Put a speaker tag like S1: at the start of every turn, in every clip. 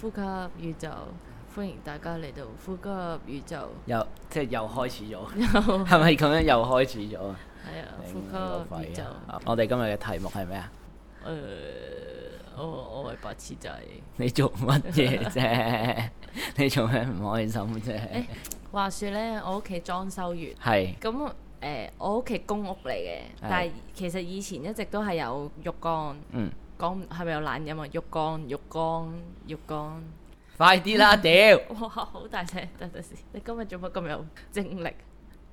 S1: 呼吸宇宙，歡迎大家嚟到呼吸宇宙。
S2: 又即係又開始 咗，
S1: 係
S2: 係咪咁樣又開始咗啊？
S1: 啊，
S2: 頂
S1: 呼
S2: 你個
S1: 吸宇
S2: 肺
S1: 宙。
S2: 啊！我哋今日嘅題目係咩啊？
S1: 誒、我我係白痴仔。
S2: 你做乜嘢 啫？ 你做咩唔開心啫？
S1: 話說呢，我屋企裝修完，
S2: 係
S1: 咁誒、呃我屋企公屋嚟嘅，但係其實以前一直都係有浴缸。
S2: 嗯，
S1: 講係咪有懶音啊？浴缸、浴缸、浴缸。
S2: 快 啲啦！屌！
S1: 哇，好大聲！等陣先，你今日做乜咁有精力？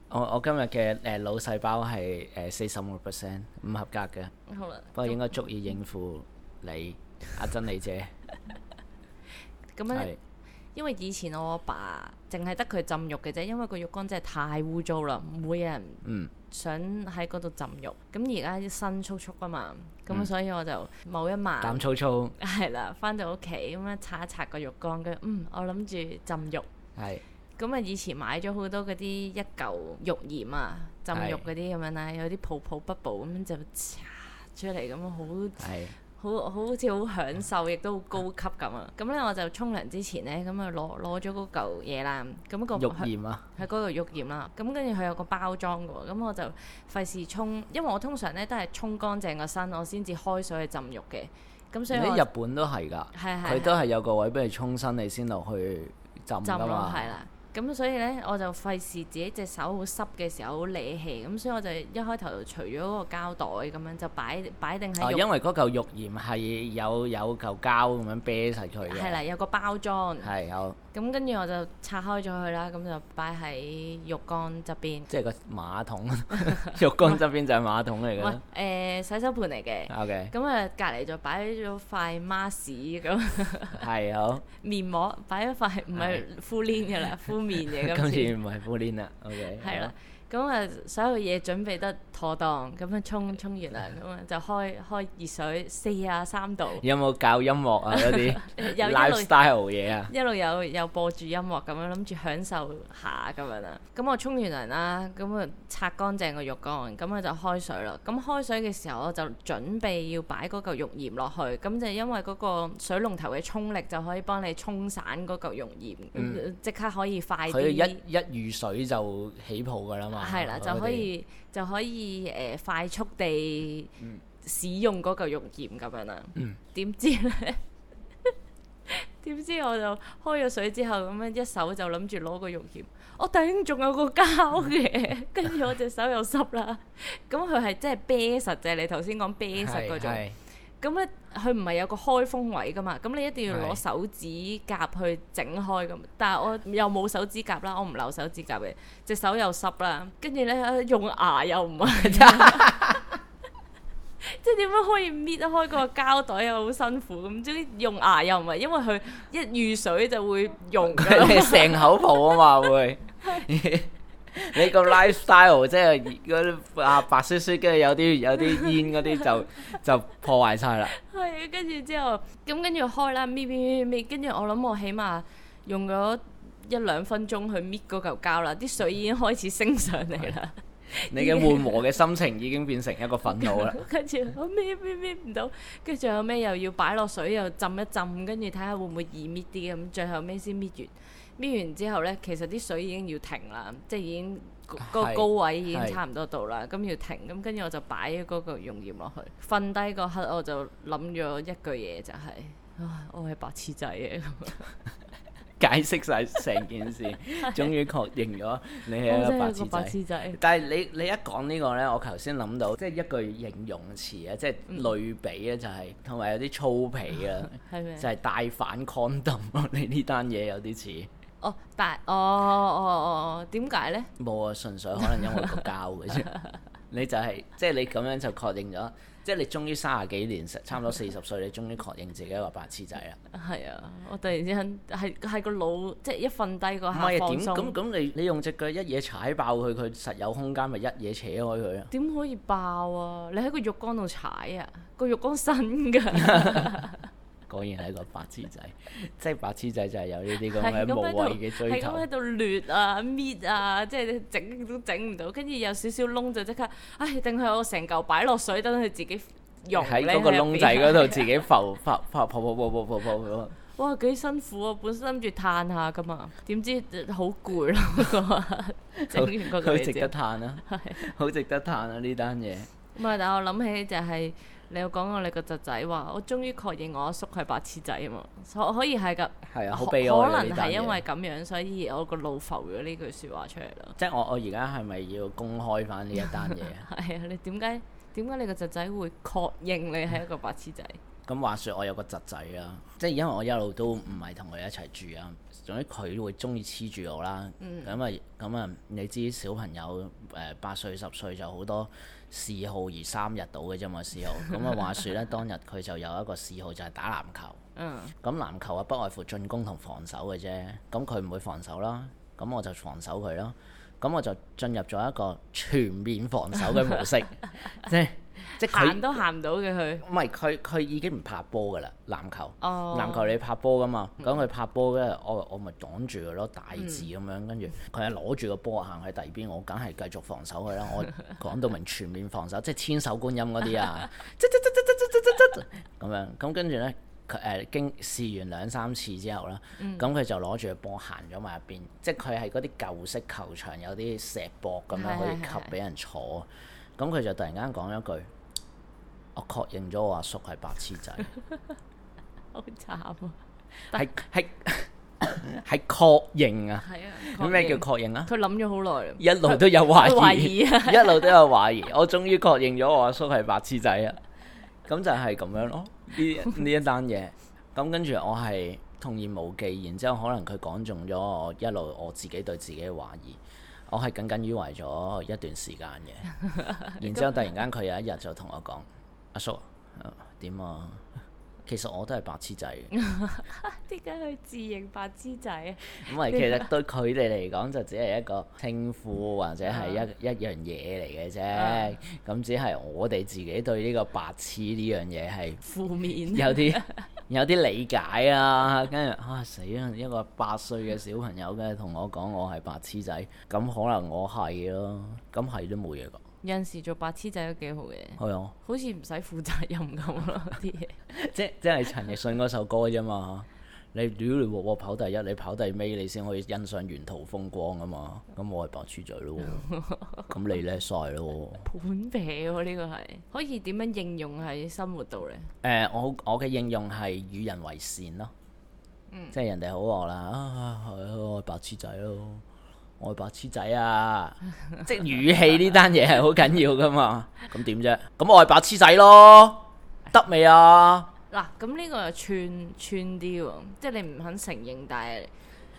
S2: 我我今日嘅誒腦細胞係誒四十五 percent 唔合格嘅，
S1: 好啦，
S2: 不過應該足以應付你阿珍你姐。
S1: 咁樣
S2: 係
S1: 因為以前我阿爸淨係得佢浸浴嘅啫，因為個浴缸真係太污糟啦，唔會有人
S2: 嗯
S1: 想喺嗰度浸浴。咁而家啲新速速啊嘛，咁、
S2: 嗯
S1: 所以我就某一
S2: 膽
S1: 晚
S2: 粗粗
S1: 係啦，翻到屋企咁樣擦一擦個浴缸，跟住嗯，我諗住浸浴。
S2: 係
S1: 咁啊，以前買咗好多嗰啲一嚿浴鹽啊，浸浴嗰啲咁樣啦，有啲泡泡不布咁樣就擦出嚟咁樣好。
S2: 係
S1: 好好似好享受，亦都好高級咁啊！咁咧我就沖涼之前咧，咁啊攞攞咗嗰嚿嘢啦，咁、個
S2: 肉
S1: 佢
S2: 鹽啊，
S1: 佢嗰個浴鹽啦，咁跟住佢有個包裝嘅喎，咁我就費事沖，因為我通常咧都係沖乾淨個身，我先至開水去浸浴嘅，咁所以我
S2: 喺日本都係㗎，
S1: 係係
S2: 佢都係有個位俾你沖身，你先落去浸
S1: 浸
S2: 㗎
S1: 咯，
S2: 嘛。
S1: 係啊啦。咁所以咧，我就費事自己隻手好濕嘅時候好理氣，咁所以我就一開頭就除咗嗰個膠袋咁樣就擺擺定
S2: 啊，
S1: 喺浴
S2: 因為嗰嚿肉鹽係有有嚿膠咁樣啤實佢嘅，
S1: 係啦，有個包裝。
S2: 係有
S1: 咁跟住我就拆開咗佢啦，咁就擺喺浴缸側邊。
S2: 即係個馬 桶浴缸側邊就係馬桶嚟
S1: 喂，
S2: 嘅
S1: 誒
S2: 啦。、
S1: 洗手盤嚟嘅，
S2: OK，
S1: 咁啊隔離就擺咗塊 mask 咁
S2: 係好，
S1: 面膜，擺咗塊唔係敷臉嘅 啦，敷面嘅
S2: 今
S1: 今次
S2: 次唔係敷鏈啦。OK，
S1: 係啦。咁啊，所有嘢準備得妥當，咁啊沖沖完啦，咁啊就開開熱水，四啊三度
S2: 好，有冇教音樂啊？嗰
S1: 有
S2: 啲
S1: 一路
S2: lifestyle 嘢啊？
S1: 一路有有播住音樂咁樣，諗住享受下咁樣啦。咁我沖完涼啦，咁啊擦乾淨個浴缸，咁我就開水啦。咁開水嘅時候，我就準備要擺嗰嚿浴鹽落去，咁就因為嗰個水龍頭嘅衝力就可以幫你沖散嗰嚿浴鹽，即刻可以快
S2: 嗯佢
S1: 啲
S2: 一。一遇水就起泡㗎啦嘛。
S1: 係啦，就
S2: 嗰啲
S1: 可以就可以誒、呃快速地
S2: 嗯
S1: 使用嗰嚿浴鹽咁樣啦。點、知咧？ 點知我就開咗水之後，咁樣一手就諗住攞個浴鹽，我頂仲有個膠
S2: 嗯
S1: 嘅，跟住我隻手又濕啦。咁佢係真係啤實啫，你頭先講啤實嗰種。
S2: 係
S1: 咁咧，佢唔係有個開封位噶嘛？咁你一定要攞
S2: 係
S1: 手指甲去整開咁。但係我又冇手指甲啦，我唔留手指甲嘅，隻手又濕啦，跟住咧用牙又唔 係，即係點樣可以搣開個膠袋又好辛苦咁。總之用牙又唔係，因為佢一遇水就會溶㗎 啦
S2: 佢哋成口泡啊嘛會。你個 lifestyle 即係嗰啲啊白雪雪，跟住有啲有啲煙嗰啲就就破壞晒啦。
S1: 係，跟住之後咁跟住開啦，搣搣搣搣，跟住我諗我起碼用咗一兩分鐘去搣嗰嚿膠啦，啲水已經開始升上嚟啦。
S2: 你嘅緩和嘅心情已經變成一個憤怒啦。
S1: 跟住我搣搣搣唔到，跟住最後尾又要擺落水又浸一浸，跟住睇下會唔會易搣啲咁，最後尾先搣完。搣完之後呢，其實啲水已經要停啦，即係已經個個
S2: 係
S1: 高位已經
S2: 係
S1: 差唔多到啦，咁要停。咁跟住我就擺咗嗰個溶鹽落去，瞓低嗰刻我就諗咗一句嘢就係、唉，我係白痴仔啊嘅，
S2: 解釋晒成件事，終於確認咗你 係
S1: 我
S2: 一
S1: 真
S2: 個白
S1: 係個
S2: 痴
S1: 白
S2: 仔。
S1: 痴仔。
S2: 但係你你一講呢個呢，我頭先諗到即係一句形容詞啊，即係類比啊，就係同埋有啲粗鄙啊，
S1: 係咩
S2: 就？係帶反 condom 咯。你呢單嘢有啲似。
S1: 哦，但哦哦哦，點解呢？
S2: 冇啊，純粹可能因為個膠 嘅啫。你就係、即係你咁樣就確認咗，即係你終於三十幾年，差唔多四十歲，你終於確認自己係個白痴仔啦。
S1: 係啊，我突然之間係係個腦，即係一瞓低嗰
S2: 唔
S1: 下
S2: 係
S1: 放
S2: 啊，點咁
S1: 鬆，
S2: 咁你你用隻腳一嘢踩爆佢，佢實有空間咪一嘢扯開佢啊？
S1: 點可以爆啊？你喺個浴缸度踩啊，個浴缸新 㗎，
S2: 果然係一個白痴仔， 即係白痴仔就係有呢啲咁
S1: 係
S2: 嘅無
S1: 喺
S2: 謂
S1: 度，
S2: 嘅追
S1: 係咁
S2: 求
S1: 喺。度掠啊、搣啊，即係整都整唔到，跟住有少少窿就即刻，唉，定係我成嚿擺落水，等佢自己溶
S2: 喺
S1: 咧
S2: 嗰個窿仔嗰度
S1: 係
S2: 自己浮浮浮浮浮浮浮浮浮，
S1: 哇幾辛苦啊！本身諗住嘆下噶嘛，點知呃好攰咯， 整完嗰個
S2: 好
S1: 你
S2: 值
S1: 知
S2: 得。嘆啊，好值得嘆啊呢單嘢。
S1: 咁啊，但係我諗起就係、你有講過你個侄仔話，我終於確認我阿叔係白痴仔啊嘛，可可以係㗎，
S2: 係啊，好
S1: 可
S2: 悲哀啊
S1: 可
S2: 呢
S1: 能
S2: 單
S1: 係
S2: 嘢
S1: 因為咁樣，所以我個腦浮咗呢句説話出嚟咯。
S2: 即係我我而家係咪要公開翻呢一單嘢 啊？
S1: 係啊，你點解點解你個侄仔會確認你係一個白痴仔？
S2: 咁話說我有個侄仔啦，即係因為我一路都唔係同佢一齊住啊，總之佢會中意黐住我啦。咁啊咁啊，你知小朋友誒八歲十歲就好多嗜好而三日到嘅啫嘛嗜好。咁啊話說咧，當日佢就有一個嗜好就係打籃球。
S1: 嗯，
S2: 咁籃球啊，不外乎進攻同防守嘅啫。咁佢唔會防守啦，咁我就防守佢啦。咁我就進入咗一個全面防守嘅模 式，即係即係佢
S1: 行都行唔到嘅佢。
S2: 唔係佢佢已經唔拍波㗎啦，籃球。
S1: 哦，
S2: 籃球你拍波噶嘛，咁佢拍波咧，我我咪擋住佢咯，大字咁樣，跟住佢係攞住個波行去第二邊，我梗係繼續防守佢啦。我講到明全面防守，即係千手觀音嗰啲啊，即即即即即即即即咁樣。咁跟住咧，佢誒經試完兩三次之後啦，
S1: 嗯
S2: 咁佢就攞住個波行咗埋一邊，即係佢係嗰啲舊式球場有啲石膊咁
S1: 係
S2: 樣可以
S1: 係
S2: 吸
S1: 係
S2: 俾人坐。咁佢就突然間講一句：我確認咗我阿叔係白痴 仔。
S1: 好慘啊！
S2: 係係係確認啊！
S1: 係啊，
S2: 咁咩叫確認啊？
S1: 佢諗咗好耐啦。
S2: 一路都有懷
S1: 佢懷
S2: 疑，
S1: 疑啊
S2: 一路都有懷疑。我終於確認咗我阿叔係白痴仔啊！咁就係咁樣咯。呢呢一單嘢，咁跟住我係童言無忌，然之後可能佢講中咗我一路我自己對自己嘅懷疑，我係耿耿於懷咗一段時間嘅。 然之後突然間佢有一日就同我講：阿叔，呃點啊？其實我都係白痴仔嘅。
S1: 點解佢自認白痴仔啊？
S2: 咁咪其實對佢哋嚟講就只係一個稱呼或者係一一樣嘢嚟嘅啫，咁只係我哋自己對呢個白痴呢樣嘢係
S1: 負面
S2: 有啲有啲理解啊，跟住啊死啦！一個八歲嘅小朋友跟住同我講我係白痴仔，咁可能我係咯，咁係都冇嘢講，
S1: 有陣時做白痴仔都幾好嘅，
S2: 係啊，
S1: 好似唔使負責任咁咯啲嘢。
S2: 即即係陳奕迅嗰首歌啫嘛。你屌你鑊鑊跑第一，你跑第尾，你先可以欣賞沿途風光啊嘛。咁我係白痴仔咯，咁你叻晒咯。
S1: 盤皮喎，呢個係可以點樣應用喺生活度呢？
S2: 誒、我我嘅應用係與人為善咯，即係人哋好我啦，啊係啊我係白痴仔咯，我係白痴仔啊，即係語氣呢單嘢係好緊要噶嘛。咁點啫？咁我係白痴仔咯，得未啊？
S1: 嗱，咁呢個又串串啲喎，即係你唔肯承認，但係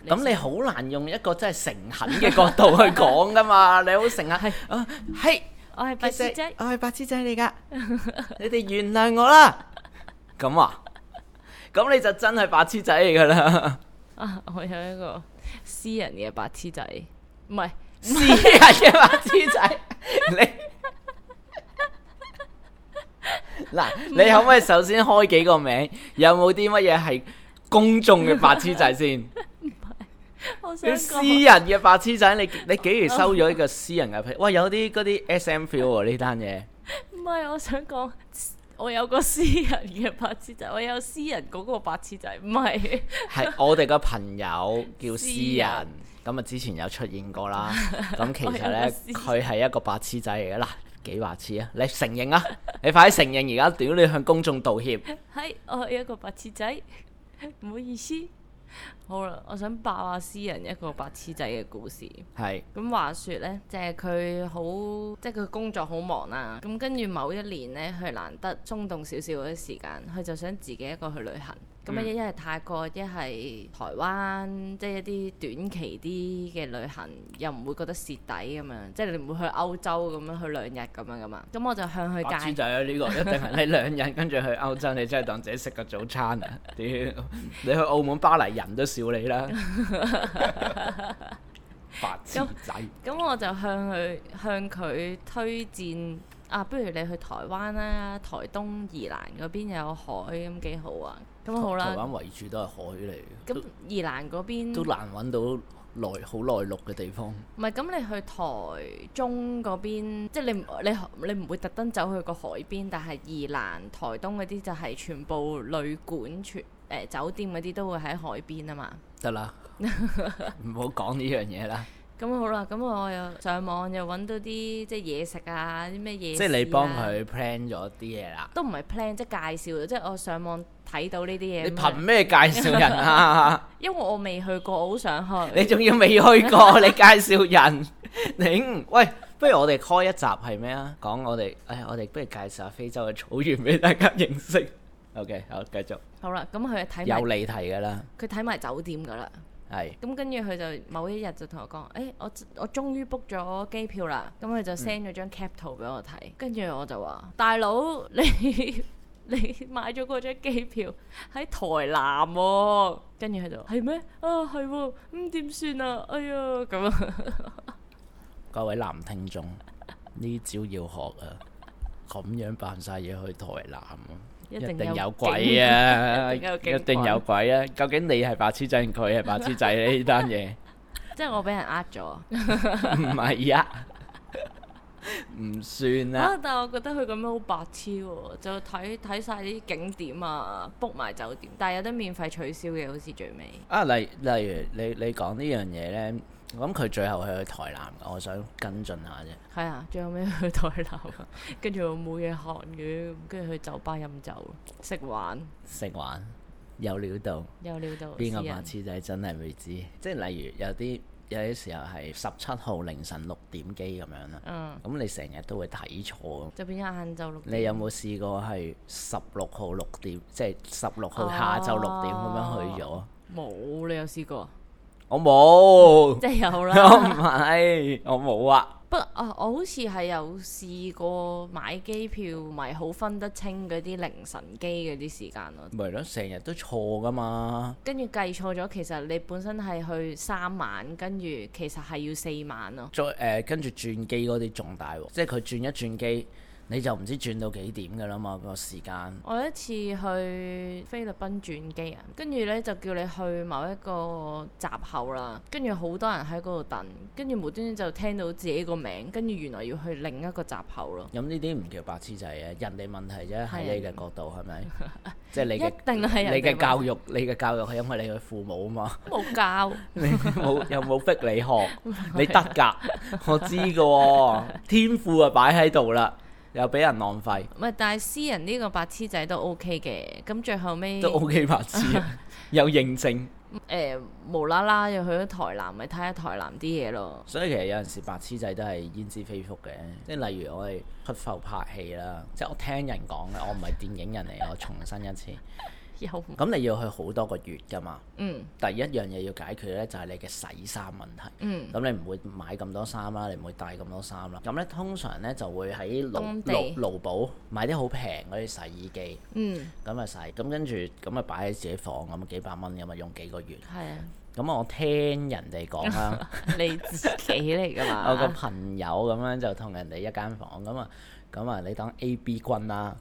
S2: 咁你好難用一個真係誠懇嘅角度去講噶 嘛？你好誠懇係啊，係
S1: 我係白痴仔，
S2: 我係白痴仔嚟 噶，你哋原諒我啦。咁啊，咁你就真係白痴仔嚟噶啦。
S1: 啊，我有一個私人嘅白痴仔，唔係
S2: 私人嘅白痴仔， 你嗱，你可唔啊可以首先開幾個名？有冇啲乜嘢係公眾嘅白痴仔先？
S1: 我想
S2: 你私
S1: 講，
S2: 人嘅白痴仔，你你幾時收咗呢個私人 嘅屁？喂，有啲嗰啲 S M feel 喎呢單嘢，
S1: 唔係我想講。我有個私人嘅白痴仔，我有私人嗰個白痴仔，唔係
S2: 係我哋個朋友叫私
S1: 私人
S2: 人。咁啊，之前有出現 過啦。咁其實
S1: 我有個
S2: 呢，
S1: 私
S2: 佢係一個白痴仔嚟嘅。嗱，幾白痴啊！你承認啊！你快啲承認而家，屌你向公眾道歉。
S1: 係我有一個白痴仔，唔好意思。好啦，我想爆下私人一個白痴仔嘅故事。
S2: 係。
S1: 咁話說呢，就係佢好，即係佢工作好忙啦。咁跟住某一年呢，佢難得鬆動少少嗰啲時間，佢就想自己一個去旅行。咁啊，
S2: 嗯
S1: 一係泰國，一係台灣，即係一啲短期啲嘅旅行，又唔會覺得蝕底咁樣，即係你唔會去歐洲咁樣去兩日咁樣噶嘛。咁我就向
S2: 白
S1: 佢介
S2: 痴仔啊！呢、個一定係你兩日跟住去歐洲，你真係當自己食個早餐啊！屌，你去澳門巴黎人都笑你 啦，白痴仔
S1: 咁我就向佢向佢推薦啊，不如你去台灣啦，台東宜蘭嗰邊有海，咁幾好啊。咁好啦，
S2: 台灣圍住都係海嚟，
S1: 咁宜蘭嗰邊
S2: 都難揾到內好內陸嘅地方。
S1: 唔係咁，你去台中嗰邊，即係你唔你你唔會特登走去個海邊，但係宜蘭、台東嗰啲就係全部旅館，全誒酒店嗰啲都會喺海邊啊嘛。
S2: 得 啦，唔好講呢樣嘢啦。
S1: 咁好啦，咁我又上網又揾到啲即係嘢食啊，啲咩嘢、
S2: 即係你幫，佢 plan 咗啲嘢啦。
S1: 都唔係 plan 即係介紹咗，即係我上網睇到呢啲嘢。
S2: 你
S1: 咁
S2: 憑
S1: 啊
S2: 咩介紹人啊？
S1: 因為我未去過，我好想去。
S2: 你仲要未去 過，你介紹人？頂，喂，不如我哋 call 一集係咩啊？講我哋，哎呀，我哋不如介紹下非洲嘅草原俾大家認識。OK，好，繼續
S1: 好啦，咁佢睇
S2: 有
S1: 埋
S2: 離題㗎啦，
S1: 佢睇埋酒店噶啦。
S2: 係
S1: 咁跟住佢就某一日就同我講：，誒、我我終於 book 咗機票啦。咁佢就 send 咗張 cap 圖俾我睇，跟住我就話：大佬， 你你買咗嗰張機票喺台南喎、跟住佢就話係咩？啊係喎，咁點算啊？哎呀咁啊！
S2: 各位男聽眾，呢招要學啊！咁樣扮晒嘢去台南啊，
S1: 一
S2: 一
S1: 定
S2: 定
S1: 有
S2: 有鬼啊！
S1: 一定有警
S2: 一定有鬼啊！究竟你係白痴仔定佢係白痴 仔呢？呢單嘢？
S1: 即係我俾人呃咗啊！
S2: 唔係啊， 唔算啊啦。
S1: 但係我覺得佢咁樣好白痴喎，就睇睇晒啲景點啊，book 埋酒店，但係有得免費取消嘅，好似最尾。
S2: 啊，例例如你你講呢樣嘢呢，咁佢最後係去台南㗎，我想跟進下啫。
S1: 係啊，最後尾去台南，啊 跟住我冇嘢學嘅，跟住去酒吧飲酒，食玩
S2: 食玩有料到，
S1: 有料到。
S2: 邊個
S1: 私人
S2: 白？痴仔真係未知。即係例如有啲有啲時候係十七號凌晨六點幾咁樣啦，
S1: 嗯，
S2: 咁你成日都會睇錯。
S1: 就變咗晏晝六點。
S2: 你有冇試過係十六號六點，即係十六
S1: 哦
S2: 號下晝六點咁樣去咗？
S1: 冇？你有試 過？
S2: 我冇，
S1: 即嗯係有
S2: 我
S1: 啦。
S2: 唔係，我冇啊。
S1: 不過啊，我好似係有試過買機票，咪好分得清嗰啲凌晨機嗰啲時間咯。
S2: 咪咯，成日都錯噶嘛。
S1: 跟住計錯咗，其實你本身係去三晚，跟住其實係要四晚咯。
S2: 再誒、呃跟住轉機嗰啲仲大喎，即係佢轉一轉機，你就唔知轉到幾點噶啦嘛、個時間。
S1: 我有一次去菲律賓轉機啊，跟住呢就叫你去某一個閘口啦，跟住好多人喺嗰度等，跟住無端端就聽到自己個名，跟住原來要去另一個閘口咯，
S2: 咁呢啲唔叫白痴仔嘅，人哋問題啫，
S1: 係啊
S2: 喺你嘅角度係 咪？即係你
S1: 一
S2: 嘅
S1: 定係人
S2: 你嘅
S1: 哋
S2: 教育，你嘅教育係因為你嘅父母啊嘛，
S1: 冇教，
S2: 你冇有冇逼 你學？你得㗎，我知㗎喎，天賦啊擺喺度啦，又俾人 浪費，
S1: 唔係，但係私人呢個白痴仔都 OK 嘅，咁最後尾
S2: 都 OK 白痴啊， 有認證。
S1: 誒無啦啦又去咗台南，咪睇下台南啲嘢咯，
S2: 所以其實有陣時白痴仔都係焉知非福嘅，即係例如我哋出埠拍戲啦，即係我聽人講嘅，我唔係電影人嚟，我重申一次。
S1: 又
S2: 咁你要去好多個月㗎嘛，
S1: 嗯
S2: 第一樣嘢要解決咧就係你嘅洗衫問題。
S1: 嗯
S2: 咁你唔會買咁多衫啦，你唔會帶咁多衫啦。咁咧通常咧就會喺勞
S1: 當地
S2: 勞勞保買啲好平嗰啲洗衣機，
S1: 嗯，
S2: 咁啊洗，咁跟住咁啊擺喺自己房咁幾百蚊咁啊用幾個月。
S1: 係啊，
S2: 咁我聽人哋講 啦。
S1: 你自己嚟㗎嘛，
S2: 我個朋友哦咁樣就同人哋一間房咁啊，咁啊你當 A B 君啦，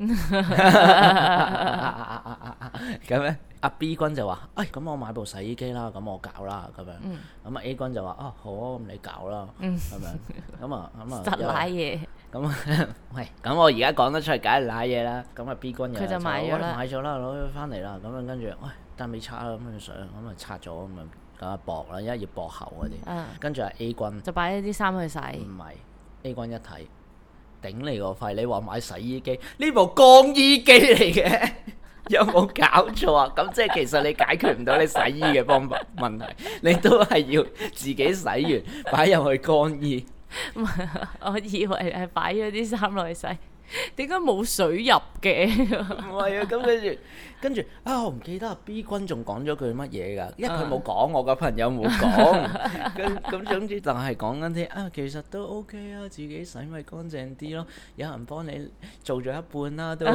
S2: 咁咧阿 B 君就話：，哎，咁我買部洗衣機啦，咁我搞啦，咁樣，
S1: 嗯
S2: 咁啊 A 君就話：，哦，好啊，咁你搞啦，咁樣，咁啊，咁啊，
S1: 實賴嘢。
S2: 咁啊 喂，咁我而家講得出嚟，梗係揦嘢啦。咁啊 B 君又
S1: 佢就買咗啦
S2: 喂買咗啦，攞咗翻嚟啦。咁樣跟住，喂，但未拆啊，咁樣上，咁啊拆咗咁樣，咁啊薄啦，因為要薄厚嗰啲
S1: 嗯。
S2: 跟住阿 A 君。
S1: 就擺咗啲衫去洗。
S2: 唔係 A 君一睇，頂你個肺！你話買洗衣機，呢部乾衣機嚟嘅， 有冇搞錯啊？咁即係其實你解決唔到你洗衣嘅方法問題，你都係要自己洗完擺入去乾衣。
S1: 我以為係擺咗啲衫落去洗， 點解冇水入嘅？
S2: 唔係啊，咁跟住跟住啊，我唔記得啊 B 君仲講咗句乜嘢㗎，因為佢冇講，我個朋友冇講。咁咁總之就係講緊啲啊，其實都 OK 啊，自己洗咪乾淨啲咯，有人幫你做咗一半啦都。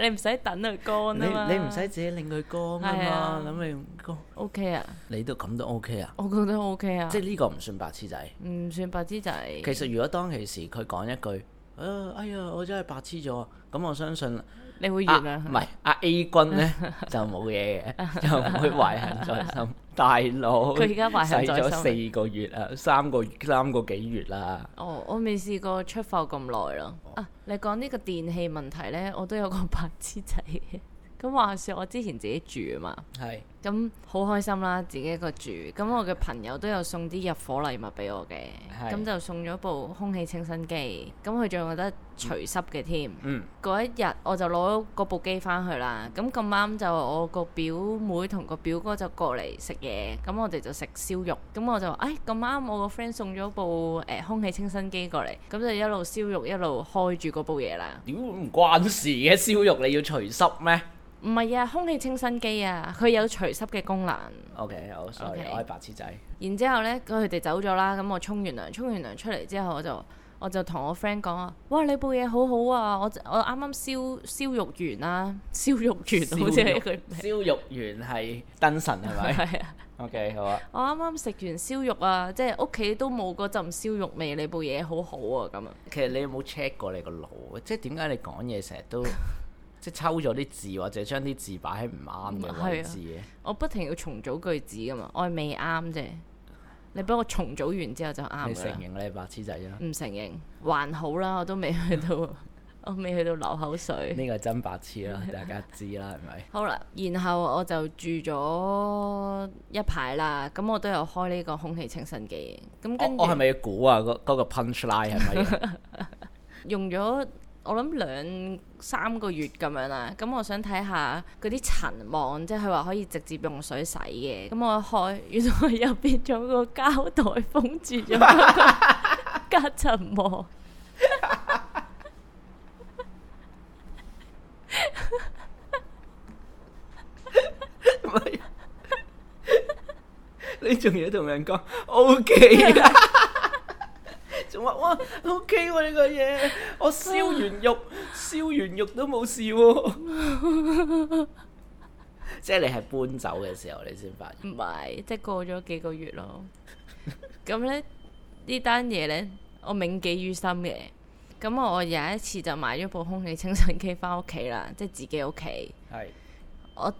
S1: 你唔使等佢乾
S2: 你
S1: 啊嘛。
S2: 你唔使自己令佢乾
S1: 係
S2: 啊
S1: 啊
S2: 嘛，咁你乾，
S1: OK 啊，
S2: 你都咁都 OK 啊？
S1: 我覺得 OK 啊，
S2: 即係呢個唔算白痴仔。
S1: 唔算白痴仔。
S2: 其實如果當其時佢講一句，啊哎呀，我真係白痴咗啊，咁我相信
S1: 你會
S2: 啊
S1: 原
S2: 唔
S1: 諒
S2: 係阿 A 君呢 就冇 嘢嘅，就唔會懷恨在心。大佬，
S1: 佢而家懷恨在心
S2: 使咗四個月啊，三個三個幾月啦。
S1: 哦，我未試過
S2: 哦
S1: 出埠咁耐咯。啊，你講呢個電器問題呢，我都有個白痴仔嘅。咁話說我之前自己住啊嘛，
S2: 係
S1: 咁好開心啦，自己一個住。咁我嘅朋友都有送啲入伙禮物俾我嘅，
S2: 係
S1: 咁就送咗部空氣清新機，咁佢仲有得除濕嘅添。
S2: 嗯
S1: 嗰一日我就攞嗰部機翻去啦，咁咁啱就我個表妹同個表哥就過嚟食嘢，咁我哋就食燒肉，咁我就話：，哎咁啱我個 friend 送咗部誒、呃空氣清新機過嚟，咁就一路燒肉一路開住嗰部嘢啦。
S2: 屌唔關事嘅燒肉你要除濕咩
S1: 唔係啊，空氣清新機啊，佢有除濕嘅功能。
S2: ？OK 好，sorry，
S1: OK
S2: 我係白痴仔。
S1: 然之後呢，佢哋走咗啦，咁我沖完涼，沖完涼出嚟之後，我就我就同我 friend 講啊，哇！你部嘢好好啊，我我啱啱燒燒肉完啦，燒肉完好似係佢
S2: 燒肉圓係燈神係 咪
S1: 係啊，
S2: ？OK 好啊，
S1: 我啱啱食完燒肉啊，即係屋企都冇嗰陣燒肉味，你部嘢好好啊咁啊。
S2: 其實你有冇 check 過你個腦？即係點解你講嘢成日 都即係抽咗啲字，或者將啲字擺喺唔啱嘅位置嘅？
S1: 我不停要重組句子噶嘛，我係未啱啫。你幫我重組完之後就
S2: 你
S1: 嗯啊啱㗎
S2: 承
S1: 啦。
S2: 認你係白痴仔啊啦？
S1: 唔承認，還好啦，我都未去到， 我未去到流口水。
S2: 呢個真白痴啦，大家知啦，係咪？
S1: 好啦，然後我就住咗一排啦，咁我都有開呢個空氣清新機，咁跟
S2: 我我係
S1: 住
S2: 咪要估啊？嗰嗰個 punch line 係咪啊？
S1: 用咗我諗兩三個月咁樣啦，咁我想睇下嗰啲塵網，即係佢話可以直接用水洗嘅，咁我一開，原來又變咗個膠袋封住咗 嗰個隔塵網。
S2: 你仲要同人講 O K 啊？仲話哇 O K 喎呢個嘢，我燒完肉，燒完肉都冇事喎。即係你係搬走嘅時候，你先發現。
S1: 唔係，即係過咗幾個月咯。 咁咧呢單嘢呢，我銘記於心嘅。咁我有一次就買咗部空氣清新機翻屋企啦，即係自己屋企，
S2: 係
S1: 我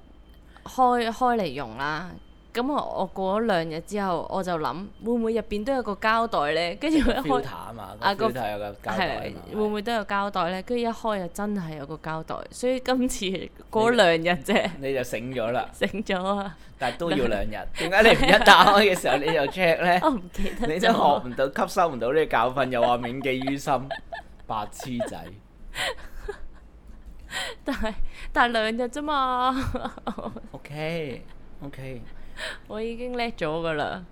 S1: 開開嚟用啦。咁我我過咗兩日之後，我就諗會唔會入邊都有個膠袋呢？跟住我一開
S2: filter 啊嘛，
S1: 啊
S2: 個
S1: 個
S2: filter 有個膠袋啊
S1: 係
S2: 嘛。
S1: 會唔會都有膠袋呢？跟住一開就真係有個膠袋，所以今次過咗兩日啫，
S2: 你就醒咗啦，
S1: 醒咗 啊！
S2: 但係都要兩日。點解你唔一打開嘅時候你就 check 咧？
S1: 我唔記得
S2: 你
S1: 咗
S2: 真係學唔到、吸收唔到呢個教訓，又話銘記於心，白痴仔。
S1: 但係但係兩日啫嘛，
S2: OK OK，
S1: 我已經叻咗噶啦，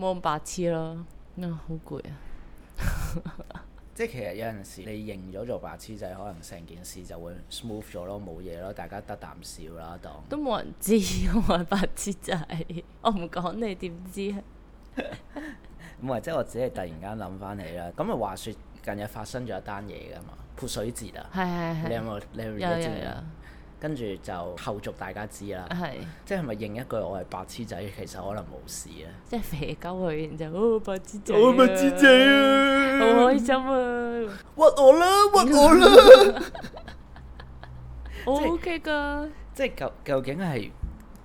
S1: 冇咁白痴咯。啊，好攰啊！
S2: 即係其實有陣時你認咗做白痴仔，可能成件事就會 smooth 咗咯，冇嘢咯，大家得啖笑啦，當
S1: 都冇人知 我係白痴仔，我唔講你點知啊？
S2: 唔係即係我只係突然間諗翻起啦。咁啊話説近日發生咗一單嘢㗎嘛，潑水節啊，
S1: 係係
S2: 你有
S1: 係，
S2: 冇你有冇
S1: 有
S2: 知
S1: 有
S2: 唔知啊？
S1: 有，
S2: 跟住就後續大家知啦，
S1: 係
S2: 即係咪認一句我係白痴仔，其實可能冇事啊。
S1: 即係肥鳩佢，然之後哦白痴仔，
S2: 我咪知仔，啊！
S1: 好開心 啊！
S2: 屈我啦，屈我 啦！
S1: 我
S2: 即係
S1: OK 噶，
S2: 即係究究竟係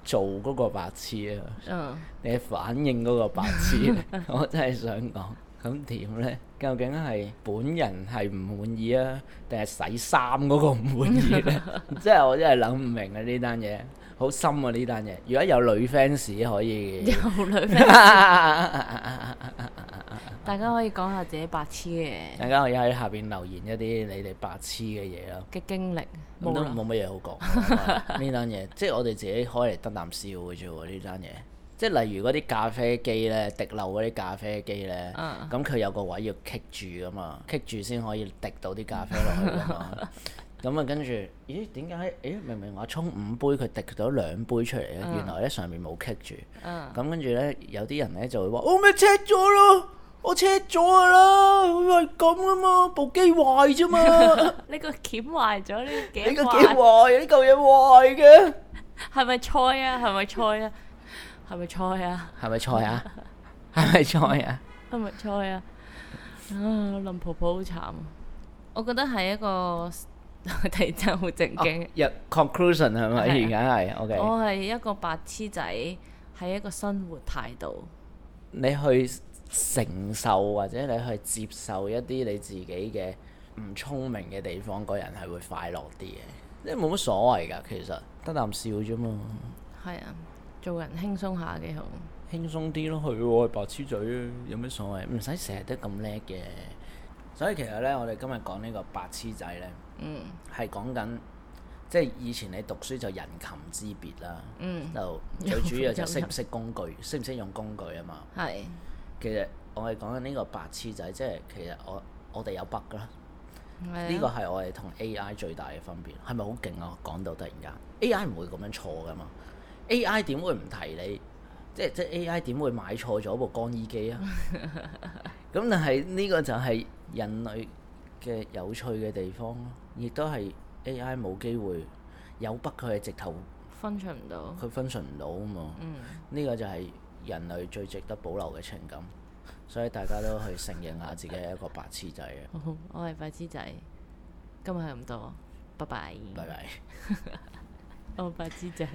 S2: 做嗰個白痴啊，
S1: 嗯，
S2: 定係反應嗰個白痴 呢？我真係想講，咁點呢？究竟係本人係唔滿意啊，定係洗衫嗰個唔滿意呢？即係我真係諗唔明啊！呢單嘢好深啊！呢單嘢，如果有女 fans 可以
S1: 有。女咩？大家可以講下自己白痴嘅
S2: 大家可以喺下邊留言一啲你哋白痴嘅嘢啊啦，
S1: 嘅經歷，
S2: 咁
S1: 冇
S2: 都
S1: 啦。
S2: 冇乜嘢好講。呢單嘢即係我哋自己開嚟得啖笑嘅啫喎，呢單嘢。即係例如嗰啲咖啡機咧，滴漏嗰啲咖啡機咧，
S1: 嗯
S2: 咁佢、有個位要棘住噶嘛，棘住先可以滴到啲咖啡落去噶嘛。咁啊，跟住，咦？點解？咦，明明我沖五杯，佢滴咗兩杯出嚟咧，原來咧上面冇棘住。
S1: 嗯，
S2: 咁跟住咧，有啲人咧就會話：我咪 check 咗咯，我 check 咗噶啦，佢係咁噶嘛，部機壞啫嘛，
S1: 呢個鉗壞咗，呢個
S2: 你
S1: 頸
S2: 個幾
S1: 壞。
S2: 壞，呢嚿嘢壞嘅，
S1: 係咪菜啊？係咪菜啊？係咪菜啊？
S2: 係咪菜啊？ 係咪菜啊？
S1: 係咪菜啊？啊，林婆婆好慘啊！我覺得係一個 突然間好正經。
S2: 入 conclusion 係哦咪？
S1: 係啊
S2: 而家係 OK，
S1: 我係一個白痴仔，係一個生活態度。
S2: 你去承受或者你去接受一啲你自己嘅唔聰明嘅地方，個人係會快樂啲嘅。即係冇乜所謂㗎，其實得啖笑啫嘛，
S1: 係啊，做人輕鬆下幾好。
S2: 輕鬆啲咯，佢我係白痴仔啊，有咩所謂？唔使成日都咁叻嘅。所以其實呢，我哋今日講呢個白痴仔呢，
S1: 嗯
S2: 係講緊即係以前你讀書就人禽之別啦，
S1: 嗯，
S2: 就
S1: 有
S2: 最主要就
S1: 有
S2: 識唔識工具，識唔識用工具啊嘛。
S1: 係
S2: 其實我係講緊呢個白痴仔，即係其實我我哋有 bug 啦。呢
S1: 係
S2: 個
S1: 啊，
S2: 係我哋同 AI 最大嘅分別，係咪好勁啊？講到突然間，AI 唔會咁樣錯噶嘛？AI 點會唔提你？即係即係 AI 點會買錯咗部乾衣機啊？ 咁但係呢個就係人類嘅有趣嘅地方咯，亦都係 AI 冇機會有北佢係直頭
S1: 分寸唔到。
S2: 佢分純唔到啊嘛。
S1: 嗯，
S2: 呢個就係人類最值得保留嘅情感，所以大家都去承認下自己係一個白痴仔啊嘅。
S1: 好，我係白痴仔，今日係咁多，拜拜。哦
S2: 拜拜。
S1: 我白痴仔。